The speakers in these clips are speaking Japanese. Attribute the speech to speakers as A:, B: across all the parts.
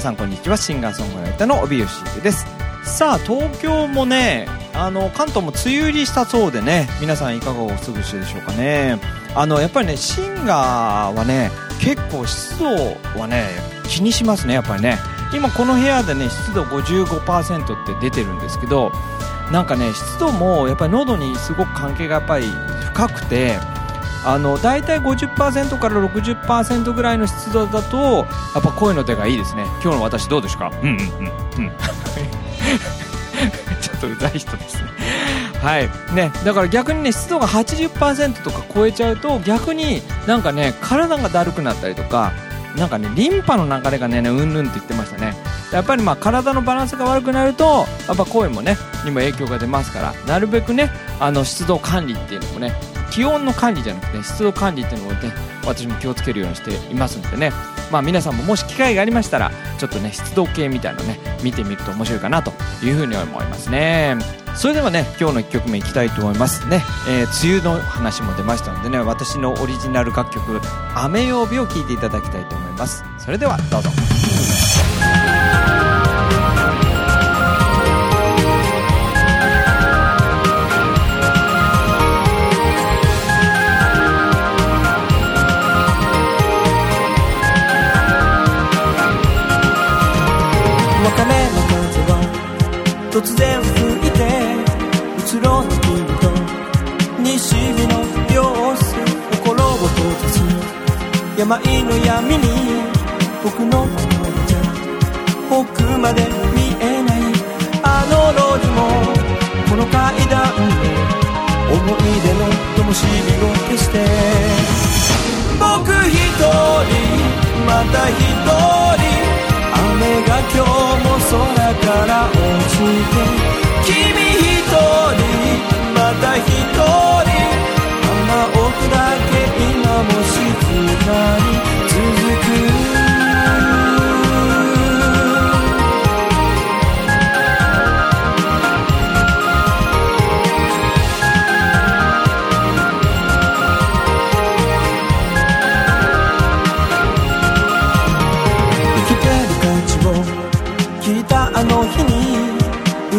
A: さんこんにちはシンガーソングライターの帯吉秀ですさあ東京もねあの関東も梅雨入りしたそうでね皆さんいかがお過ごしでしょうかねあのやっぱりねシンガーはね結構湿度はね気にしますねやっぱりね今この部屋でね湿度55%って出てるんですけどなんかね湿度もやっぱり喉にすごく関係がやっぱり深くてあの大体50%から60%ぐらいの湿度だとやっぱ声の出がいいですね今日の私どうですかうんうん うんうんちょっとうざい人ですねはいねだから逆にね湿度が80%とか超えちゃうと逆になんかね体がだるくなったりとかなんかねリンパの流れがねうんぬんって言ってましたねやっぱりまあ体のバランスが悪くなるとやっぱ声もねにも影響が出ますからなるべくねあの湿度管理っていうのもね気温の管理じゃなくて湿度管理っていうのをね私も気をつけるようにしていますのでねまあ皆さんももし機会がありましたらちょっとね湿度計みたいなのね見てみると面白いかなというふうに思いますねそれではね今日の1曲目いきたいと思いますね、えー梅雨の話も出ましたのでね私のオリジナル楽曲「雨曜日」を聴いていただきたいと思いますそれではどうぞ
B: 別れの風は突然吹いてうつろな君と西日の様子心を閉ざす病の闇に僕の心じゃ奥まで見えないあの路地もこの階段も思い出の灯火を消して僕一人また一人雨が今日も降空から落ちて君一人また一人雨音だけ今も静かに続く生きてる価値を聞いたあの日にう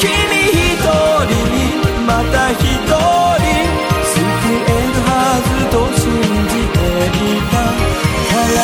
B: 君一人また一人救えるはずと信じていたから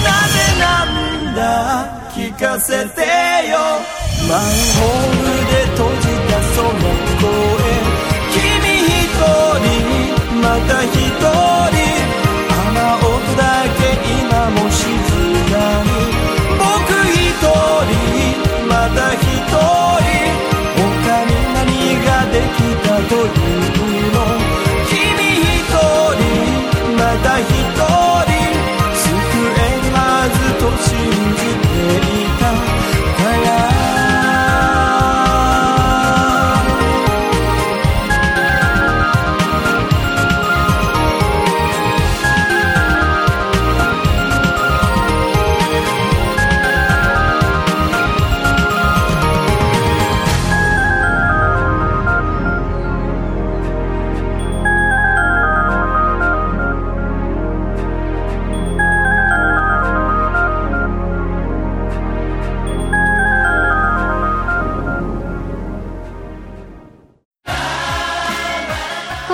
B: なぜなんだ聞かせてよマンホールで閉じたその声君一人また一人雨音だけ今も静かに僕一人また一人他に何ができたというの君一人また一人救えるはずと信じていたから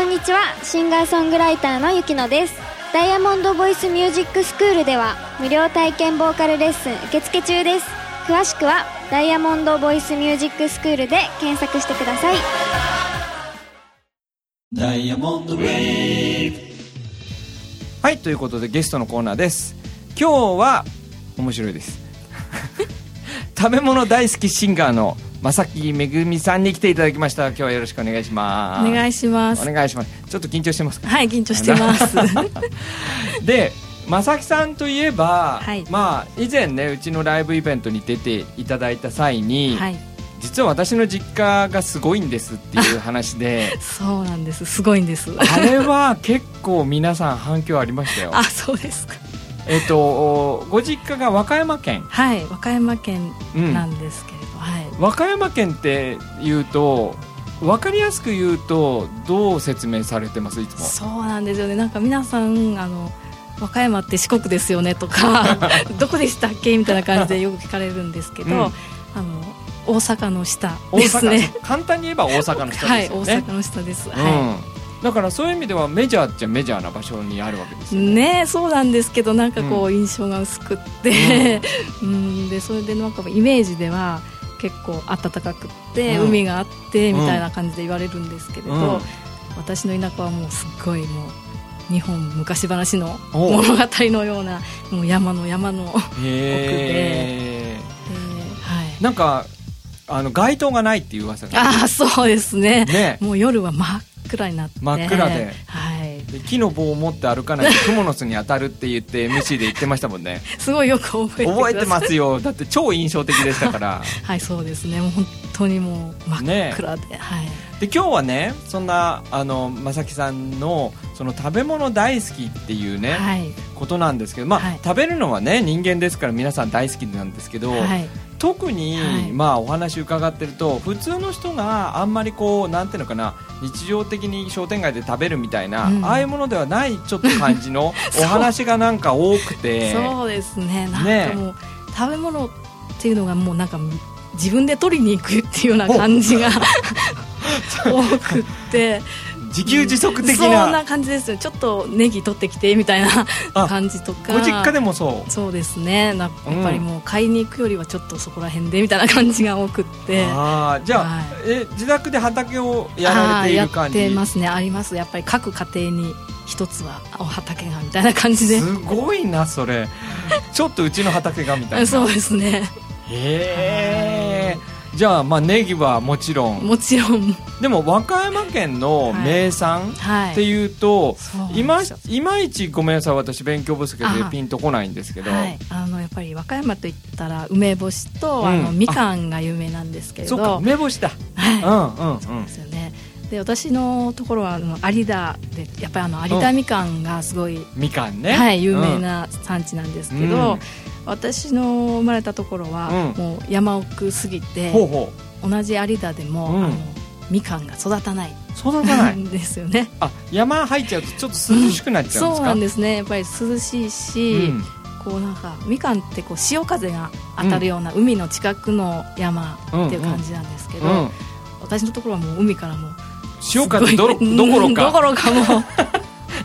C: にちはシンガーソングライターのゆきのですダイヤモンドボイスミュージックスクールでは無料体験ボーカルレッスン受付中です詳しくはダイヤモンドボイスミュージックスクールで検索してください
A: はいということでゲストのコーナーです今日は面白いです 食べ物大好きシンガーの正木めぐみさんに来ていただきました今日はよろしくお願いしま
D: お
A: す
D: 願いします
A: お願いしますちょっと緊張してますか
D: はい緊張してます
A: で正木さんといえば、
D: はい
A: まあ以前ねうちのライブイベントに出ていただいた際に、
D: はい
A: 実は私の実家がすごいんですっていう話で
D: そうなんですすごいんです
A: あれは結構皆さん反響ありましたよ
D: あそうですか
A: えっとご実家が和歌山県
D: はい和歌山県
A: うん
D: なんですけれど、はい
A: 和歌山県って言うと分かりやすく言うとどう説明されてますいつも
D: そうなんですよねなんか皆さんあの和歌山って四国ですよねと かどこでしたっけみたいな感じでよく聞かれるんですけ
A: う
D: ど、
A: ん
D: あの大阪の下
A: 大
D: で
A: 阪
D: すね
A: 簡単に言えば大阪の人
D: は
A: で
D: い
A: す
D: 大
A: よね、
D: 阪の下です、は
A: うん、だからそういう意味ではメジャーっちゃメジャーな場所にあるわけです
D: い
A: よね
D: ねそうなんですけどなんかこう印象が薄くって、 うん、でそれでなんかイメージでは結構暖かくって、
A: うん
D: 海があって
A: うん
D: みたいな感じで言われるんですけれど、
A: うん
D: 私の田舎はもうすっごいもう日本昔話の
A: おう
D: 物語のようなもう山の 山の、
A: へえ
D: はい、
A: なんかあの街灯がないっていう噂が
D: ああそうですね
A: ね
D: もう夜は真っ暗になって
A: 真っ暗で
D: はい、
A: で木の棒を持って歩か ないとクモの巣に当たるって言って MC で言ってましたもんね
D: すごいよく覚えてくださ
A: 覚
D: い
A: えてますよだって超印象的でした から
D: はいそうですねもう本当にもう真っ暗で、はい
A: で今日はねそんなあの正木さんのその食べ物大好きっていうね、
D: はい
A: ことなんですけど、まあ
D: はい
A: 食べるのはね人間ですから皆さん大好きなんですけど、
D: はい
A: 特に、
D: はい
A: まあ、お話伺ってると普通の人があんまりこうなんていうのかな日常的に商店街で食べるみたいな、
D: うん
A: ああいうものではないちょっと感じ のお話がなんか多くて
D: そうですね
A: ね
D: なんかもう食べ物っていうのがもうなんか自分で取りに行くっていうような感じが 多くって
A: 自給自足的
D: そん
A: な,、
D: な感じですよちょっとネギ取ってきてみたい
A: あ
D: な感じとか
A: ご実家でもそう。
D: そうですねな
A: うん
D: やっぱりもう買いに行くよりはちょっとそこら辺でみたいな感じが多くって
A: あーじゃあ、
D: はい
A: え自宅で畑をやられている感じ
D: あーやってますねありますやっぱり各家庭に一つはお畑がみたいな感じです
A: ごいなそ れちょっとうちの畑がみたいな
D: そうですね
A: へえじゃあまあネギはもちろん
D: もちろん
A: でも和歌山県の名産
D: はい
A: っていうと、
D: そうなんです
A: い
D: よ
A: ましいまいちごめんなさい私勉強不足で
D: あ
A: ピンとこないんですけど、
D: はい、あのやっぱり和歌山といったら梅干しと、
A: うん
D: あのみかんが有名なんですけれ
A: そ
D: ど
A: うか
D: はい
A: 梅干しだ、うんうんうん
D: ですよねで私のところはあの有田でやっぱりあの有田みかんがすごい、
A: みかんね
D: はい、有名
A: うん
D: な産地なんですけ
A: う
D: ど、
A: ん
D: 私の生まれたところは、
A: うん
D: もう山奥すぎて
A: ほうほ
D: 同じ有田でも、
A: うん
D: あのみかんが育たない
A: うんそうなんじゃない
D: ですよね
A: あ山入っちゃうとちょっと涼しくなっちゃうんで
D: そ
A: す
D: うな
A: か、
D: んですねやっぱり涼しいし、
A: うん
D: こうなんかみかんってこう潮風が当たるような海の近くの山っていう感じなんですけど、
A: うん
D: 私のところはもう海からもう
A: 潮風どろ
D: すごい
A: どころ
D: どこ
A: か
D: ろかも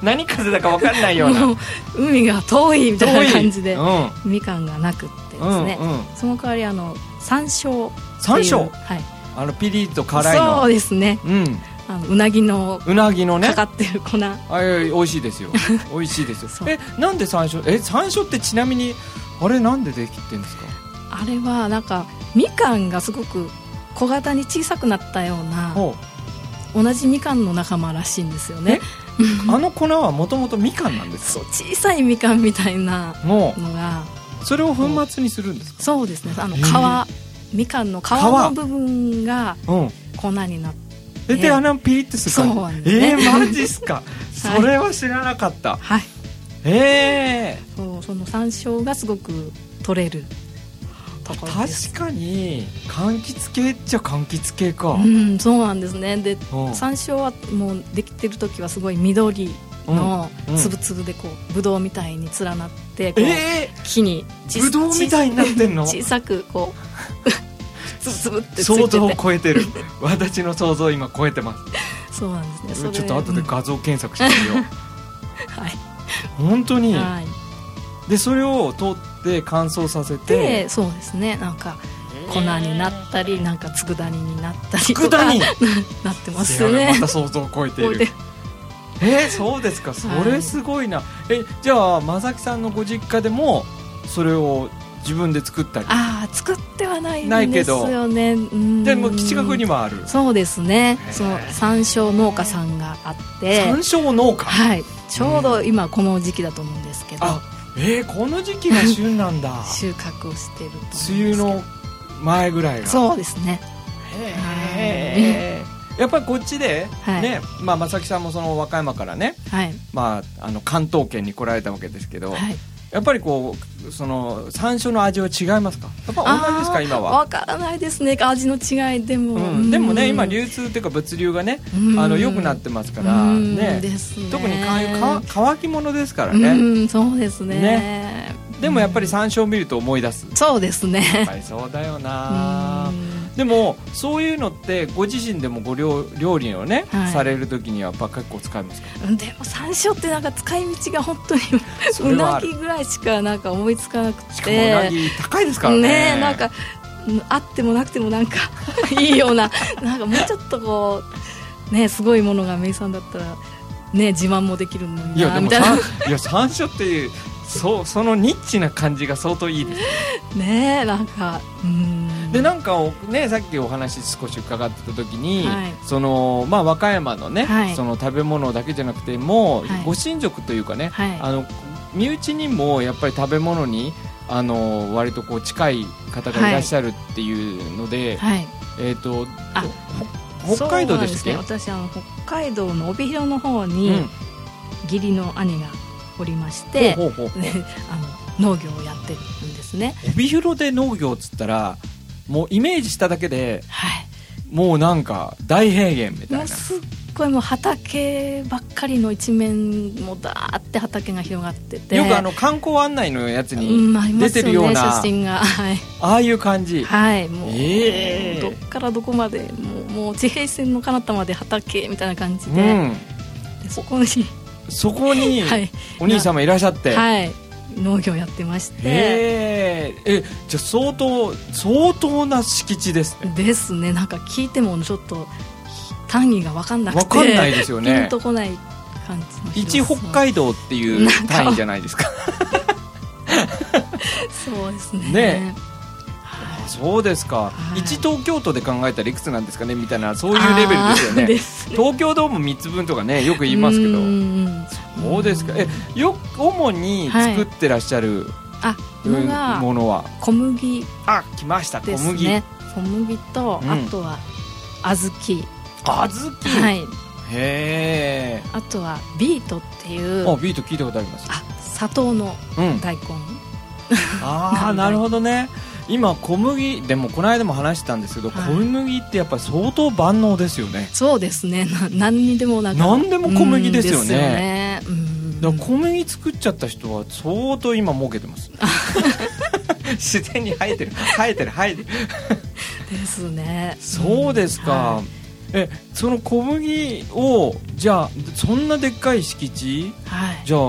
A: 何風だか分かんないよう
D: う
A: な
D: もう海が遠いみたいな感じで
A: うんうん
D: みかんがなくってですね、
A: うん、
D: その代わりあの山椒
A: 山椒
D: はい
A: あのピリッと辛いの
D: そうですね
A: うん、
D: あのうなぎの
A: うなぎのね
D: かかってる粉、
A: あいやいや美味しい ですよ美味しいですよ
D: そう
A: えなんで山椒え山椒ってちなみにあれなんでできてんですか
D: あれはなんかみかんがすごく小型に小さくなったような
A: ほ
D: 同じみかんの仲間らしいんですよね
A: うあの粉はもともとみかんなんです
D: そ
A: か
D: う小さいみかんみたいな
A: も
D: のが
A: うそれを粉末にするんですか
D: そうですねあの
A: へ
D: 皮
A: え
D: みかんの皮の
A: 皮
D: 部分が
A: うん
D: 粉になって
A: でであのピリッとする感じ
D: そうなんですね
A: えー、マジっす かそれは知らなかった
D: はい
A: えー
D: そうその山椒がすごく取れるところです
A: 確かに柑橘系っちゃ柑橘系か、
D: うんそうなんですねで
A: うん
D: 山椒はもうできてる時はすごい緑の
A: うんうん
D: 粒々でこうぶどうみたいに連なってこう
A: え
D: 木に
A: ー、ぶどうみたいになってんの
D: 小さくこ うつぶつぶってつい
A: 想
D: て
A: 像を
D: て
A: 超えてる私の想像を今超えてます
D: そうなんですねそれ
A: ちょっと後で画像検索してみよ
D: うんはいう
A: 本当に
D: はい、
A: でそれを取って乾燥させて
D: でそうですねなんか粉になったりなんか佃煮になったりとか
A: 佃煮
D: なってま
A: いや
D: す
A: ま
D: ね
A: た想像を超えてい
D: こう
A: る
D: で
A: えーそうですかそれすごいな、えじゃあ正木さんのご実家でもそれを自分で作ったり
D: ああ作ってはないん
A: ないけ
D: です
A: ど
D: よねうん
A: でもう近くにもある
D: そうですね
A: へー
D: その山椒農家さんがあって
A: 山椒農家
D: はいちょうど今この時期だと思うんですけど
A: あえー、この時期が旬なんだ
D: 収穫をしてると思うんですけ
A: 梅
D: ど
A: 雨の前ぐらいが
D: そうですね
A: へーやっぱりこっちで、
D: はい
A: ねまあ、正木さんもその和歌山からね、
D: はい
A: まあ、あの関東圏に来られたわけですけど、
D: はい
A: やっぱりこうその山椒の味は違いますかやっぱ同じですか
D: あー
A: 今は、
D: わからないですね味の違いでも、
A: うん、でもね今流通っていうか物流がねあの良くなってます
D: た
A: からね
D: ですね
A: 特にかか乾き物ですからね
D: うんそうですね
A: でもやっぱり山椒を見ると思い出す
D: そうです
A: や
D: ね
A: っぱりそうだよな
D: うん
A: でもそういうのってご自身でもご料料理をね、
D: はい
A: される時にはやっぱ結構使いますか
D: でも山椒ってなんか使い道が本当に
A: そうれはあ
D: な
A: る
D: ぎぐらいしかなんか思いつかなくて
A: しかもうなぎ高いですからね
D: ねえなんかうんあってもなくても なんかいいようななんかもうちょっとこうねすごいものが名産だったらね自慢もできるの
A: い
D: に
A: や
D: な
A: で
D: み
A: も
D: たいな
A: さんいや山椒っていうそうそのニッチな感じが相当いいです
D: ねえなんかうん
A: でなんかおねさっきお話少し伺ってた時に、
D: はい
A: そのまあ和歌山のね、
D: はい
A: その食べ物だけじゃなくてもう、
D: はい
A: ご親族というかね、
D: はい
A: あの身内にもやっぱり食べ物にあの割とこう近い方がいらっしゃるっていうので、
D: はい
A: えっ、と
D: あ
A: ほ北海道でし
D: す
A: た
D: ね
A: っ
D: 私あの北海道の帯広の方
A: け、
D: に義理の兄がおりまして、
A: ほうほうほう
D: ねあの農業をやってるんですね
A: 帯広で農業っつったらもうイメージしただけで
D: はい
A: もうなんか大平原みたい
D: も
A: な
D: うすっごいもう畑ばっかりの一面もうだーって畑が広がってて
A: よくあの観光案内のやつに
D: うんあります
A: 出てるような
D: 写真がはい、
A: ああいう感じ
D: はい、もう、
A: ええ
D: どっからどこまでもうもう地平線の彼方まで畑みたいな感じ
A: う
D: で,、
A: ん
D: でそこに、
A: そこに
D: はい
A: お兄様いらっしゃって
D: はい、農業やってまして
A: へええじゃあ相当相当な敷地ですね
D: ですねなんか聞いてもちょっと単位が分かんなくて
A: わかんないですよ
D: ピン
A: ね
D: とこない感じの広
A: 一
D: さ
A: 北海道っていう単位じゃない ですか
D: そうですね
A: ね
D: はい
A: そうですか、
D: はい
A: 一東京都で考えたらいくつなんですかねみたいなそういうレベルですよ
D: あー
A: ね
D: ですね
A: 東京ドーム3つ分とかねよく言いますけど
D: うん
A: そうですかえよ主に作ってらっしゃる、
D: あ
A: う
D: の
A: ん
D: が
A: ものは
D: 小麦
A: あ来ました小
D: です
A: 麦、
D: ね小麦と、
A: うん
D: あとは小豆、
A: 小豆、
D: はい
A: へえ
D: あとはビートっていう
A: あビート聞いたことあります
D: あ砂糖の
A: うん
D: 大根
A: ああ
D: なんだ
A: なるほどね今小麦でもこの間も話してたんですけど、
D: はい
A: 小麦ってやっぱり相当万能ですよね
D: そうですねな何にでもなんか
A: 何でも小麦ですよね
D: うん
A: だ
D: ですよねうん
A: から小麦作っちゃった人は相当今儲けてます 自然に生えてる生えてる生えてる
D: ですね
A: そうですか、
D: はい
A: えその小麦をじゃあそんなでっかい敷地
D: はい
A: じゃあ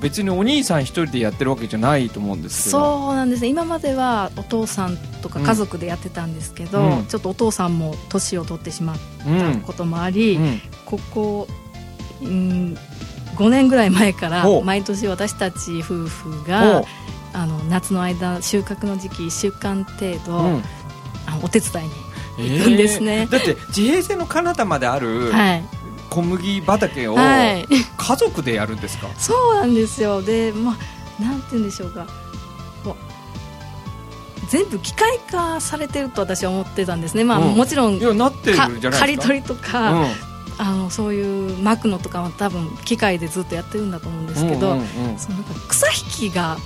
A: 別にお兄さん一人でやってるわけじゃないと思うんですけど
D: そうなんですね今まではお父さんとか家族でやってたんですけど、
A: うん
D: ちょっとお父さんも年を取ってしまっ
A: ううん、
D: たこともあり、
A: うん、
D: ここ、うん、5年ぐらい前から
A: ほう
D: 毎年私たち夫婦
A: お
D: が
A: う
D: あの夏の間収穫の時期1週間程度、
A: うん
D: あのお手伝いに
A: え
D: 行くんですね
A: だって自閉性の彼方まである
D: はい、
A: 小麦畑を
D: は
A: 家
D: い、
A: 族でやるんですか、
D: そうなんですよでまあなんて言うんでしょうかこう全部機械化されてると私は思ってたんですねまあ、
A: うん
D: もちろん
A: い、やなってるじゃな
D: か
A: いですか
D: 刈り取りと
A: う
D: か、
A: ん
D: あのそういう巻くのとかは多分機械でずっとやってるんだと思うんですけど、
A: うんうんうん
D: そのなんか草引きが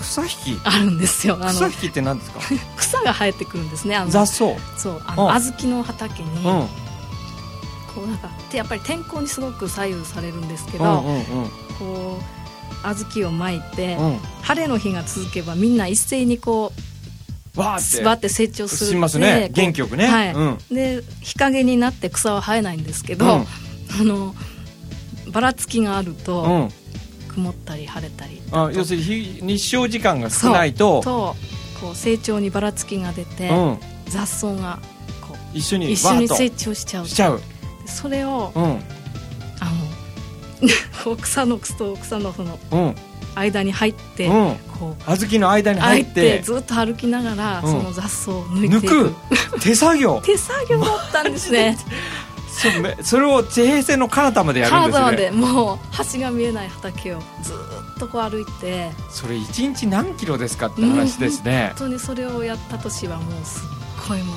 A: 草引き
D: あるんですよあ
A: 草
D: の
A: 引きって何ですか
D: 草が生えてくるんですねあの
A: 雑草、う ん
D: そうあ
A: うん
D: の小豆の畑に、
A: うん
D: こうなんかでやっぱり天候にすごく左右されるんですけ
A: う
D: ど、
A: んうんうん
D: こう小豆をまいて、
A: うん
D: 晴れの日が続けばみんな一斉にこ
A: わ
D: うス
A: ー
D: バ
A: っ
D: ッて成長
A: て
D: する
A: します
D: ので
A: ね
D: こう
A: 元気よくね、
D: はい
A: うん
D: で日陰になって草は生えないんですけど、
A: うん
D: あのばらつきがある
A: う
D: と、
A: ん、
D: 曇ったり晴れたり
A: あ要するに日日照時間が少ないと
D: とこう成長にばらつきが出て、
A: うん、
D: 雑草がこう
A: 一緒に
D: 一緒に
A: わー
D: 成
A: っ
D: 長しちゃ
A: と
D: う
A: しちゃう、
D: それを
A: うん
D: あの 草の草と草のその
A: うん
D: 間に入って、
A: うん、
D: こう
A: 小豆の間に
D: あ
A: 入
D: え
A: って
D: ずっと歩きながら、
A: うん
D: その雑草を抜いてい
A: 抜
D: く
A: く 手作業
D: 手作業だったんです ね
A: そうめそれを地平線の彼方までやる
D: カ
A: ん
D: ー
A: です
D: ド
A: ね
D: までもう橋が見えない畑をずっとこう歩いて
A: それ一日何キロですかって話ですね
D: 本、当にそれをやった年はもうすっごいも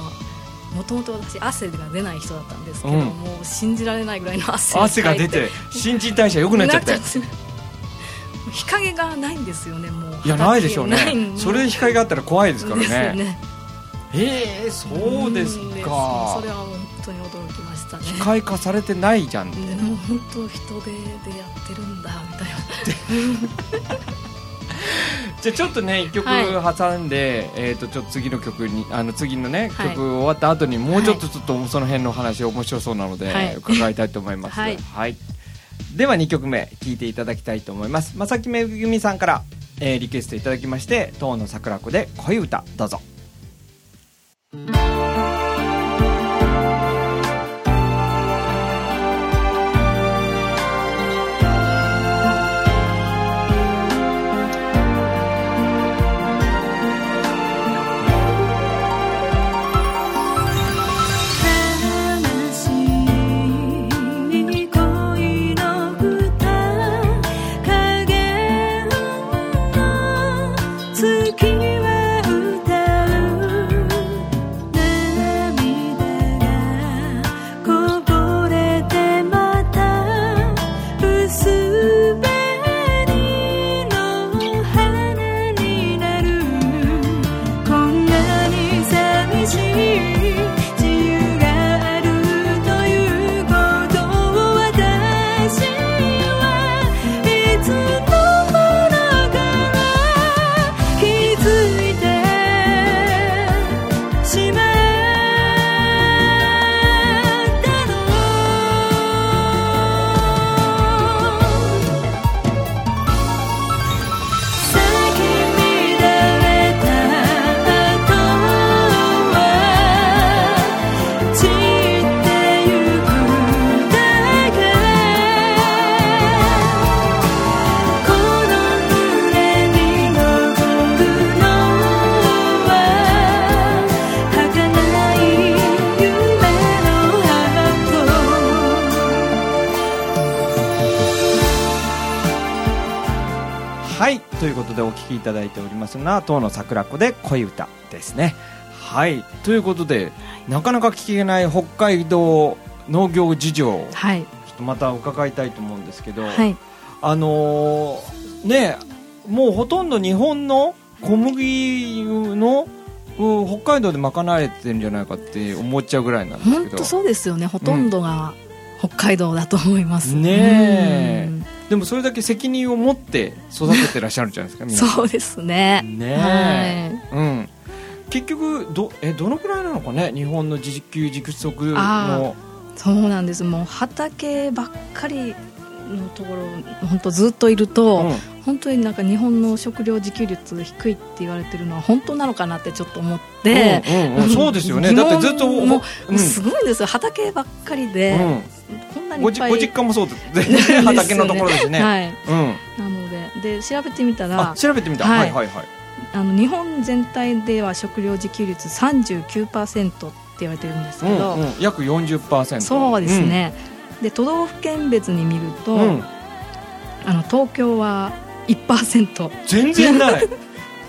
D: うもともと私汗が出ない人だったんですけど、
A: うん
D: もう信じられないぐらいの汗をかい
A: 汗が出て新陳代謝良くなっちゃって
D: なっちゃって日陰がないんですよねもう
A: いやないでしょうね
D: ないん
A: それで光があったら怖いですから
D: ですよ
A: ねええそうです
D: んで
A: か
D: それはもう本当に驚きましたね
A: 機械化されてないじゃん
D: でもう本当人手でやってるんだみたいな
A: じゃあちょっとね一曲
D: はい
A: 挟んで、えっ、とちょっと次の曲にあの次のね、
D: はい
A: 曲終わった後にもうちょっとちょっとその辺の話面白そうなので、
D: はい
A: 伺いたいと思います。は、
D: はいい
A: では二曲目聞いていただきたいと思います。まさきめぐみさんから、えーリクエストいただきまして、遠野桜子で恋歌どうぞ。
E: 「しに恋の歌加減の月は歌う」「涙がこぼれてまた薄紅の花になる」「こんなに寂しい」「自由があるということを私はいつの頃から気づいてしまったの」「咲き乱れた後は散ってゆくだけ」「この胸に残るのは儚い夢の花と」
A: はいということでお聞きいただいておりますのは遠野桜子で恋歌ですね。はいということで、なかなか聞けない北海道農業事情
D: はい
A: ちょっとまた伺いたいと思うんですけど、
D: はい
A: あのーねもうほとんど日本の小麦のうん北海道で賄われてるんじゃないかって思っちゃうぐらいなんです
D: 本
A: けど
D: 当そうですよねほとんどが北海道だと思います
A: ねえ
D: うん
A: でもそれだけ責任を持って育ててらっしゃるんじゃないですか皆さん
D: そうですね
A: ねえ、うん、結局どえどのくらいなのかね日本の自給自足の
D: あそうなんですもう畑ばっかりのところ本当ずっといる
A: う
D: と、
A: ん
D: 本当になんか日本の食料自給率低いって言われてるのは本当なのかなってちょっと思って、
A: うんうんうんそうですよね
D: 疑
A: だ
D: 問
A: ってずっとほ
D: も
A: うん
D: すごいんですよ畑ばっかりで、
A: う
D: こんなに
A: ん、ご
D: いっ
A: じ
D: ぱい
A: ご実家もそう ですね畑のところですね、
D: はい、
A: うん、
D: なのでで調べてみたら
A: あ
D: あ
A: 調べてみた、は、
D: はいい
A: はいはい
D: の日本全体では食料自給率39%って言われてるんですけど、
A: うんうん、約40%
D: そうです、ね、で都道府県別に見ると、
A: うんうん
D: あの東京は1%
A: 全然 ない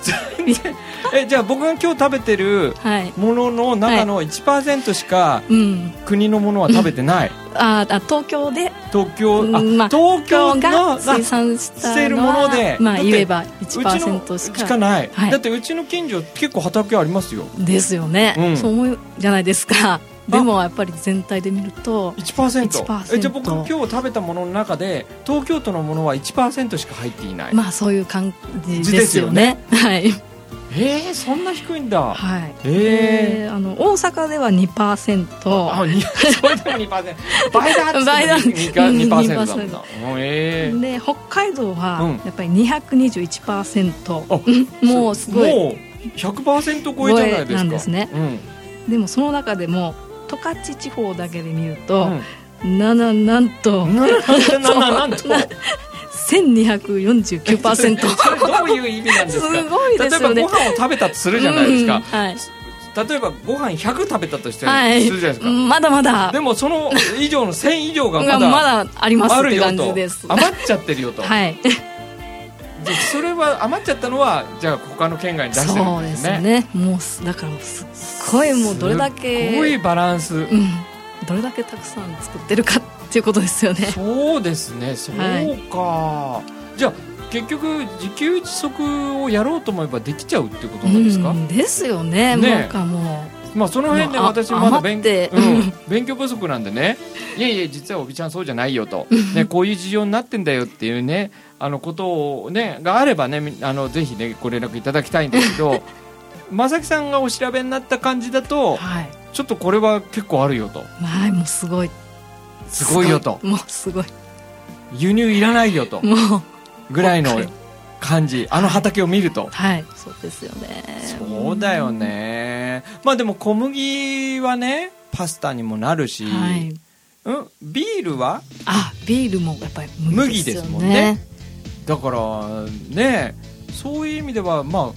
A: 全然えじゃあ僕が今日食べてる
D: はい
A: ものの中の1%しか
D: うん
A: 国のものは食べてない、
D: ああ東京で
A: 東京あ、
D: うんまあ
A: 東京
D: 東京
A: の
D: が
A: が
D: 生産した
A: してる
D: の
A: もの
D: は
A: で
D: まあ
A: だって
D: 言えば
A: うちの
D: 1%し
A: し
D: か
A: かない、
D: はい
A: だってうちの近所結構畑ありますよ
D: ですよね、
A: うん
D: そう思うじゃないですかでもやっぱり全体で見ると
A: 1%,
D: 1%
A: えじゃあ僕今日食べたものの中で東京都のものは1%しか入っていない、
D: まあそういう感じ
A: で
D: ですす
A: よ
D: よねはい
A: えー、そんな低いんだ
D: はい
A: へえ
D: であの大阪では2%
A: あ にそれでも2%倍だっつって2%
D: 倍だ
A: だ
D: うん
A: 2%だったんだうんえー
D: で北海道
A: うん
D: はやっぱり221%、
A: あ
D: もうすごい
A: もう100%超えじゃないですか
D: 超えなんですね
A: うん
D: でもその中でも十勝地方だけで見ると、
A: うん
D: なななんと
A: ななな なんと そ
D: 1249%
A: れどういう意味なんですすか
D: ごいですよ
A: 例えば
D: ね
A: ご飯を食べたとするじゃないです
D: うん
A: か、
D: はい
A: 例えばご飯100食べたとしてす
D: はい、
A: るじゃないですか、
D: まだまだ
A: でもその以上の1000以上がまだ
D: がまだあります
A: あ
D: っ
A: る
D: て
A: よ
D: 感じ
A: と
D: ですは
A: 余っちゃってるよと、
D: い
A: でそれは余っちゃったのはじゃあ他の県外に出してる
D: そ
A: ん
D: う
A: で
D: ですす
A: ね
D: ねもうすだからすっごいもうどれだけ
A: すごいバランス
D: うん、どれだけたくさん作ってるかっていうことですよね
A: そうですねそうか、
D: はい
A: じゃあ結局自給自足をやろうと思えばできちゃうってことなんですか、
D: うんですよね
A: ね
D: なんかも
A: まあその辺で
D: まああ
A: 私まだ勉,、
D: 余って
A: うん、勉強不足なんでねいやいや実はおびちゃんそうじゃないよ と、ね、こういう事情になってんだよっていうねあのことをねがあればねみあのぜひねご連絡いただきたいんですけ ど正木さんがお調べになった感じだ
D: う
A: と
D: はい
A: ちょっとこれは結構あるよと
D: はいもうすごい
A: すごいよと
D: すごいもうすごい
A: 輸入いらないよと
D: もう
A: ぐらいの感じあの畑を見ると。
D: はいそうですよね
A: そうだよね、まあでも小麦はねパスタにもなるし、
D: はい
A: うん、ビールは
D: あビールもやっぱり
A: 麦
D: 麦
A: で
D: ですす
A: も
D: も
A: ん
D: ん
A: ね
D: ね
A: だからねそういう意味ではま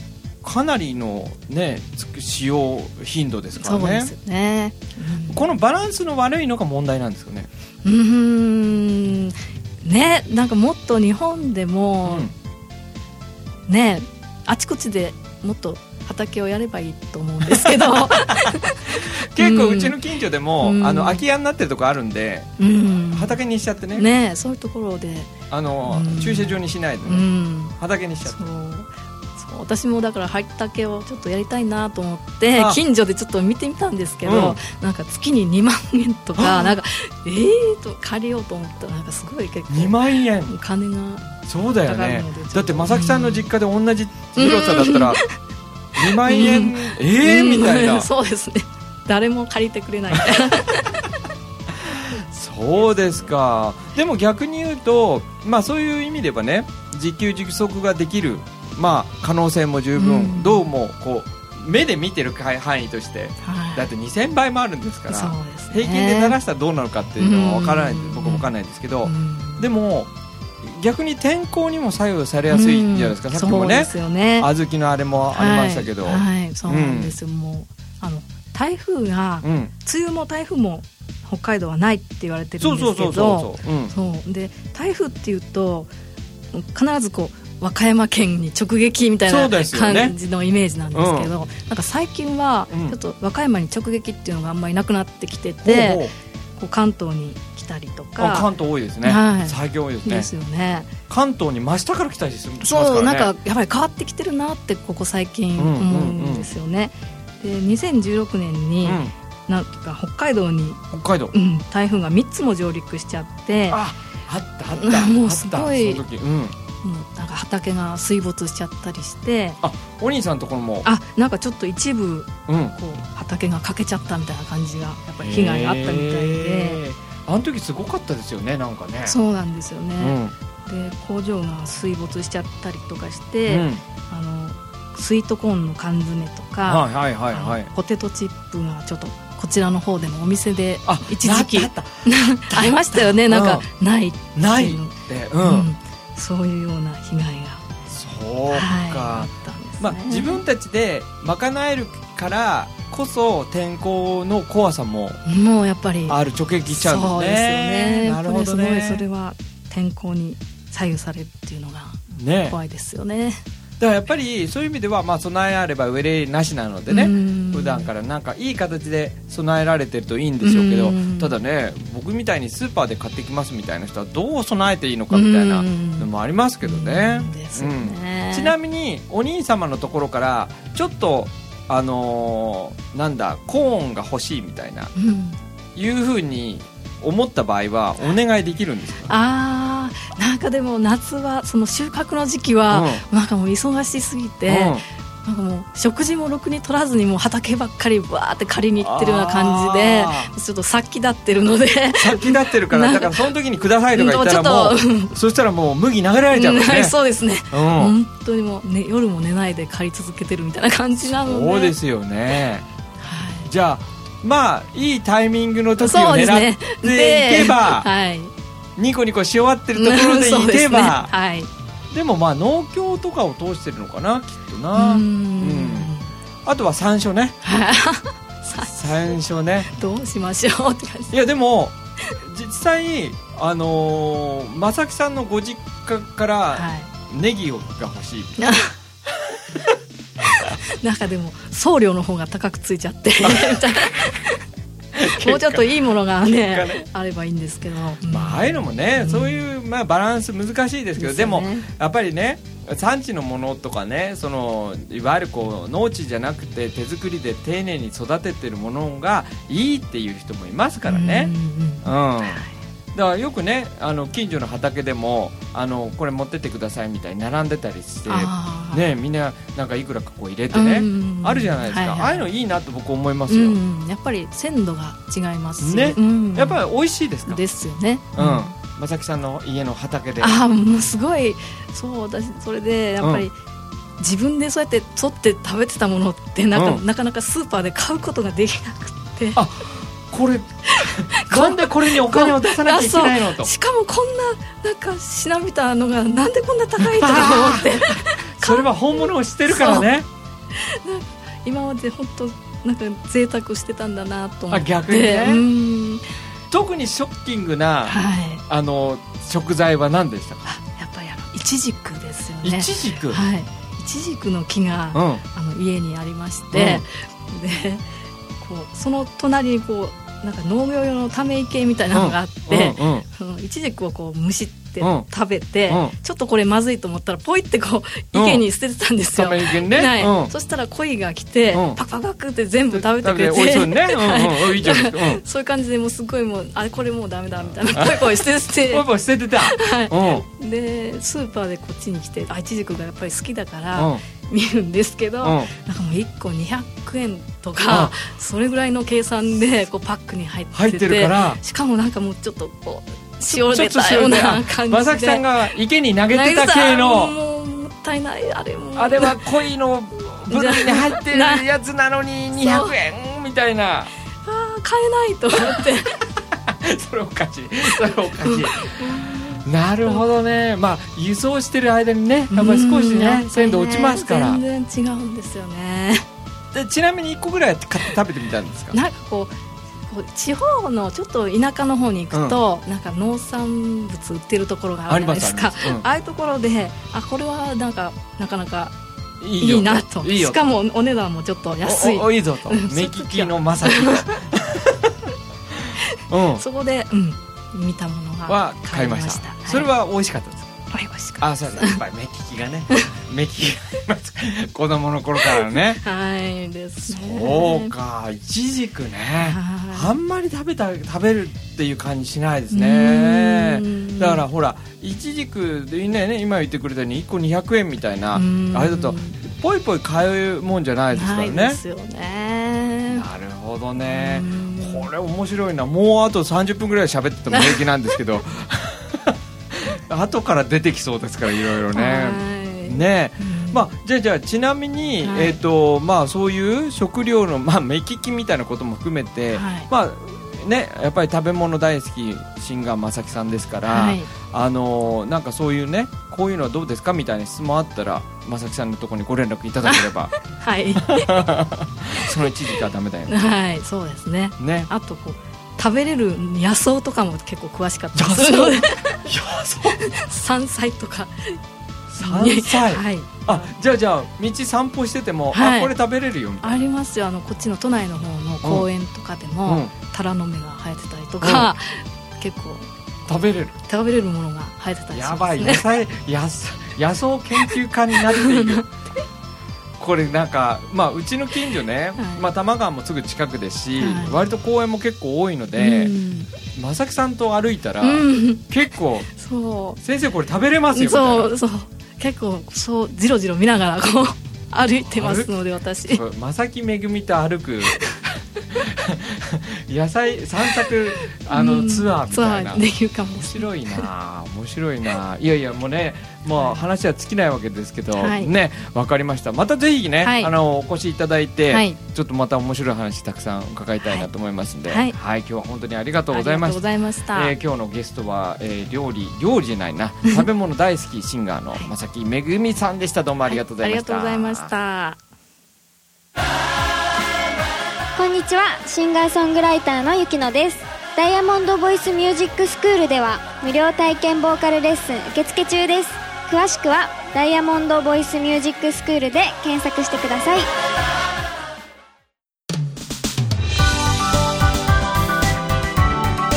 A: あかなりのねつく使用頻度ですか
D: そうで
A: らね
D: すよね
A: このバランスの悪いのが問題なんですよね、
D: うんうーんねなんかもっと日本でも、ねあちこちでもっと畑をやればいいと思うんですけど、
A: 結構うちの近所でも、
D: うん
A: あの空き家になってるとこあるんで
D: うん、
A: 畑にしちゃってね
D: ねそういうところで、
A: あの、
D: うん
A: 駐車場にしないで
D: う
A: ね、
D: ん、
A: 畑にしちゃって
D: そうそう私もだから畑をちょっとやりたいなと思って
A: あ
D: 近所でちょっと見てみたんですけ
A: う
D: ど、
A: ん
D: なんか月に2万円と
A: あ
D: かなんかえー、と借りようと思ったらなんかすごい結
A: 2
D: 構
A: 万円
D: お金が
A: そうだよ
D: かかる
A: ね
D: のでちょっと
A: だって正木さんの実家で同じ広さだったら2万
D: う
A: 円
D: ん
A: ええみたい
D: うん
A: な
D: そうですね誰も借りてくれない
A: そうですかでも逆に言うとまあそういう意味ではね自給自足ができるまあ可能性も十分、
D: うん
A: どうもこう目で見てる範範囲としてだ
D: は
A: って2000倍もあるんですか
D: い
A: ら
D: そうですね
A: 平均で鳴らしたらどうなるかっていうのは分からない、
D: うん
A: 僕も分からないですけど、
D: うん
A: でも逆に天候にも作用されやすいんじゃないですか、
D: うん
A: さっきも
D: そう
A: ね
D: ですよね
A: 小豆のあれもありましたけど、
D: はい、はいそうなんですよ、もうあの台風が
A: うん、
D: 梅雨も台風も北海道はないって言われてる
A: そ
D: ん
A: う
D: で
A: そ
D: す
A: うそ
D: け
A: うそ
D: ど
A: う、うん、
D: そうで台風っていうと必ずこう和歌山県に直撃みたい
A: そ
D: な
A: うですよね
D: 感じのイメージなんですけどなんか最近は
A: うん
D: ちょっと和歌山に直撃っていうのがあんまりなくなってきて
A: ほうほ
D: て、
A: う
D: こう関東に来たりと
A: あ
D: か
A: 関東多いですね、
D: はい
A: 最近多いですね
D: ですよね
A: 関東に真下から来たりするしますからね
D: そうなんかやっぱり変わってきてるなってここ最近思うんですよね。で2016年
A: う
D: に、
A: ん、
D: なんか北海道に、
A: 北海道
D: うん、台風が3つも上陸しちゃっても
A: ああったあった
D: もう
A: あった
D: すごい
A: その時、うん、
D: うなんか畑が水没しちゃったりして
A: お兄さんのところも
D: あなんかちょっと一部
A: うん
D: こう畑が欠けちゃったみたいな感じがやっぱり被害があったみたいで
A: へーあの時すごかったですよねなんかね
D: そうなんですよ
A: う
D: ね、
A: ん
D: で工場が水没しちゃったりとかし
A: う
D: て、
A: ん、
D: あのスイートコーンの缶詰とか、
A: はいはいはいはい
D: あのポテトチップがちょっとこちらの方でもお店で
A: あ
D: 一時期
A: なったあっ
D: ありましたよねなんかないって
A: たないうっ
D: の
A: てうん、
D: うんそういうような被害が
A: そうか、
D: はい、あったんですね
A: まあ、自分たちで賄えるからこそ天候の怖さも
D: もうやっぱり
A: ある直撃しちゃうんですね。
D: そうですよね
A: なるほど
D: やっぱりす
A: ね
D: ごいそれは天候に左右されるっていうのが
A: ね
D: 怖いですよね
A: だからやっぱりそういう意味では、まあ、備えあれば憂いなしなのでね、
D: うん
A: 普段からなんかいい形で備えられてるといいんでしょうけど、
D: うん
A: ただね僕みたいにスーパーで買ってきますみたいな人はどう備えていいのかみたいな
D: うん
A: のもありますけどね。
D: うんですよね、
A: ちなみにお兄様のところからちょっとあのーなんだコーンが欲しいみたいな
D: に、うん、
A: いうふうに思った場合はお願いできるんですか、
D: あーなんかでも夏はその収穫の時期は、なんかもう忙しすぎて、なんかもう食事もろくに取らずにもう畑ばっかりわーって借りに行ってるような感じで
A: あ
D: ちょっと先立ってるので
A: 先立ってるからだからその時に「ください」とか 言ったらも
D: ちょ
A: うそしたらもう麦流れられちゃうもんね
D: そうですね
A: うん
D: 本当にもう、ね、夜も寝ないで借り続けてるみたいな感じなので
A: そうですよね
D: はい
A: じゃあまあいいタイミングの時を
D: そう
A: 狙
D: ですね
A: っていけば、
D: ではい、
A: ニコニコし終わってるところで
D: そう
A: い
D: です
A: け
D: ね
A: ば
D: はい
A: で,、もまあ農協とかを通してるのかなきっと
D: う
A: なう
D: ー
A: ん
D: ん
A: あとは山椒ね
D: はい
A: 山椒ね
D: どうしましょうって感じ
A: いやでも実際あのー、正木さんのご実家から
D: はい
A: ネギが欲しい、
D: なんかでも送料の方が高くついち ゃってみたいなもうちょっといいものがね
A: 結果ね
D: あればいいんですけど、
A: まあああいうのもね、
D: うん
A: そういう、まあ、バランス難しいですけどでもやっぱりね産地のものとかねそのいわゆるこう農地じゃなくて手作りで丁寧に育ててるものがいいっていう人もいます
D: か
A: からね、うん
D: はい
A: だからよくねあの近所の畑でもあのこれ持ってってくださいみたいに並んでたりして、
D: あー
A: ね、みんななんかいくらかこう入れてね、
D: うん
A: あるじゃないですか、
D: は
A: ああいうのいいなと僕思います
D: う
A: よ、
D: んやっぱり鮮度が違いますし
A: ね
D: うん
A: やっぱり美味しいですか
D: ですよね、
A: うん
D: あ
A: 正木さんの家の畑で
D: あもうすごいそうだしそれでやっぱり、自分でそうやって取って食べてたものってなんか、
A: うん
D: なかなかスーパーで買うことができなくって
A: あこ れなんでこれにお金を出さなきゃいけないのと
D: しかもこんななんかしなびたのがなんでこんな高いとか思って
A: それは本物を知ってるからね
D: 今まで本当なんか贅沢してたんだなと思って
A: あ逆にね
D: うん
A: 特にショッキングな、
D: はい
A: あの食材は何でしたか、
D: あやっぱりあのイチジクですよね
A: いちじく、
D: はいイチジクの木が、
A: う
D: あ
A: ん、
D: の家にありまして、でこうその隣にこうなんか農業用のため池みたいなのがあって、
A: うんうん
D: そのイチジクをこうむしって
A: うん
D: 食べて、
A: うん
D: ちょっとこれまずいと思ったらポイってこう
A: うん
D: 池に捨ててたんですよ、
A: ため池にね、
D: はい
A: うん
D: そしたら鯉が来て、
A: うん
D: パクパクパクって全部食べてくれて
A: 食美味しそうにね、
D: はい
A: うんうん、いいじゃないですか、うん、
D: そういう感じでもうすごいもうあれこれもうダメだみたいなポイポイ捨て捨て
A: ポイポイ捨ててた、
D: はい
A: うん
D: でスーパーでこっちに来てあいちじくがやっぱり好きだから
A: うん
D: 見るんですけど、
A: うん
D: なんかもう1個200円とか、それぐらいの計算でこうパックに入ってて
A: 入ってるから
D: しかもなんかもうちょっとこう塩
A: ちょ
D: 出
A: っと
D: た
A: そ
D: よう
A: れね
D: な感じで
A: まさきさんが池に投げてた系
D: 投
A: の
D: げてたもうもったいないあれも
A: あれは恋の部類に入ってるやつなのに
D: な
A: 200円みたいな
D: あー買えないと思 って
A: それおかしいそれおかしいなるほどねまあ輸送してる間にねやっぱり少しね鮮度落ちますから
D: 全然違うんですよね
A: でちなみに1個ぐらい買って食べてみたんですか
D: なんかこうこう地方のちょっと田舎の方に行くと、なんか農産物売ってるところがあるじゃないですか
A: ありますありますうん
D: ああいうところであこれはなんかなかなか
A: い
D: いいなと
A: いいよ
D: しかもお値段もちょっと安い
A: おおいいぞと
D: うん
A: 目利きのまさ きがうん
D: そこで、うん、見たものが
A: は買いました
D: 買い
A: それは美味しかったです
D: はい美味しか
A: あそうですやっぱり目利きがね 目利きが います子供の頃からのね
D: ったはいですね
A: そうかいちじくね
D: は
A: あんまり食べた食べるっていう感じしないです
D: い
A: ね
D: うん
A: だからほらいちじくでね今言ってくれたように1個200円みたいな
D: うん
A: あれだとぽいぽい買うもんじゃないですから
D: ない
A: ね
D: ですよね
A: なるほどね
D: うん
A: これ面白いなもうあと30分ぐらい喋ってても平気なんですけど 後から出てきそうですからいろいろね
D: はい
A: ね
D: うん
A: まあ、じゃあじゃあちなみに、
D: はい
A: えーとまあ、そういう食料の、まあ、目利きみたいなことも含めて、
D: はい
A: まあね、やっぱり食べ物大好きシンガー正木さんですから、
D: はい
A: あのーなんかそういうねこういうのはどうですかみたいな質問あったら正木さんのところにご連絡いただけれ ば
D: はい、
A: その一時はダメだ よね。
D: はい、そうですね
A: ね、
D: あとこう食べれる野草とかも結構詳しかったりするので山菜 とか
A: 山菜、
D: はい、
A: あじゃあじゃあ道散歩してても、
D: はい
A: あこれ食べれるよみたい
D: ありますよあのこっちの都内の方の公園とかで
A: な、
D: も、
A: うん
D: タラの芽が生えてたりとか、結構
A: 食べれる
D: 食べれるものが生えてたりし
A: や
D: ますね
A: ばい 野菜野菜野草研究家になってい るこれなんか、まあ、うちの近所ね、
D: はい
A: まあ、多摩川もすぐ近くですし、
D: はい
A: 割と公園も結構多いので、正木さんと歩いたら、
D: うん、うん、
A: 結構
D: そう
A: 先生これ食べれますよみたいな
D: そうそう結構そうじろじろ見ながらこう歩いてますので私
A: これ正木めぐみと歩 く野菜散策あ
D: う
A: の
D: ん
A: ツアーみたいな
D: ツアーできるかも
A: 面
D: しれ
A: 白
D: ない
A: いな面白いないやいやもうねもう話は尽きないわけですけど、
D: はい
A: ねわかりましたまたぜひね、
D: はい
A: あのお越しいただいて、
D: はい
A: ちょっとまた面白い話たくさん伺いたいなと思いますんで、
D: はい
A: 今日は本当にありがとう
D: あ
A: ご
D: り
A: ざいま
D: がとう
A: し
D: ご
A: た。
D: ざいました、
A: えー今日のゲストは、えー料理料理じゃないな食べ物大好きシン ガーのまさきめぐみさんでしたどうもありがとうございました、
D: ありがとうございました
C: こんにちはシンガーソングライターのゆきのですダイヤモンドボイスミュージックスクールでは無料体験ボーカルレッスン受付中です詳しくはダイヤモンドボイスミュージックスクールで検索してください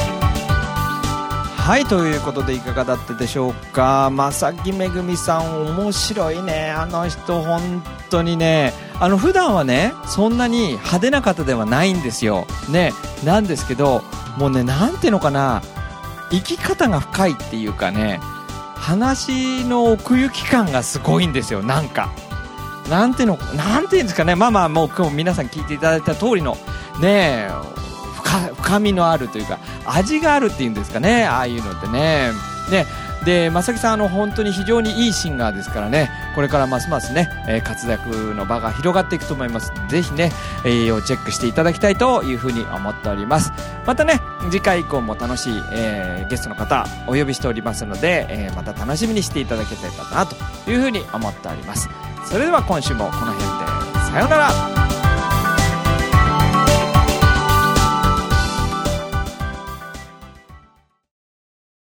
A: はいということでいかがだったでしょうか正木めぐみさん面白いねあの人本当にねあの普段はねそんなに派手な方ではないんですよねなんですけどもうねなんていうのかな生き方が深いっていうかね話の奥行き感がすごいんですよなんかなんていうのなんていうんですかねまあまあもう今日皆さん聞いていただいた通りのねえ深深みのあるというか味があるっていうんですかねああいうのってね。ねで正木さんあの本当に非常にいいシンガーですからねこれからますますね、えー活躍の場が広がっていくと思いますぜひね、えー要チェックしていただきたいというふうに思っておりますまたね次回以降も楽しい、えーゲストの方お呼びしておりますので、えーまた楽しみにしていただけたらなというふうに思っておりますそれでは今週もこの辺でさようなら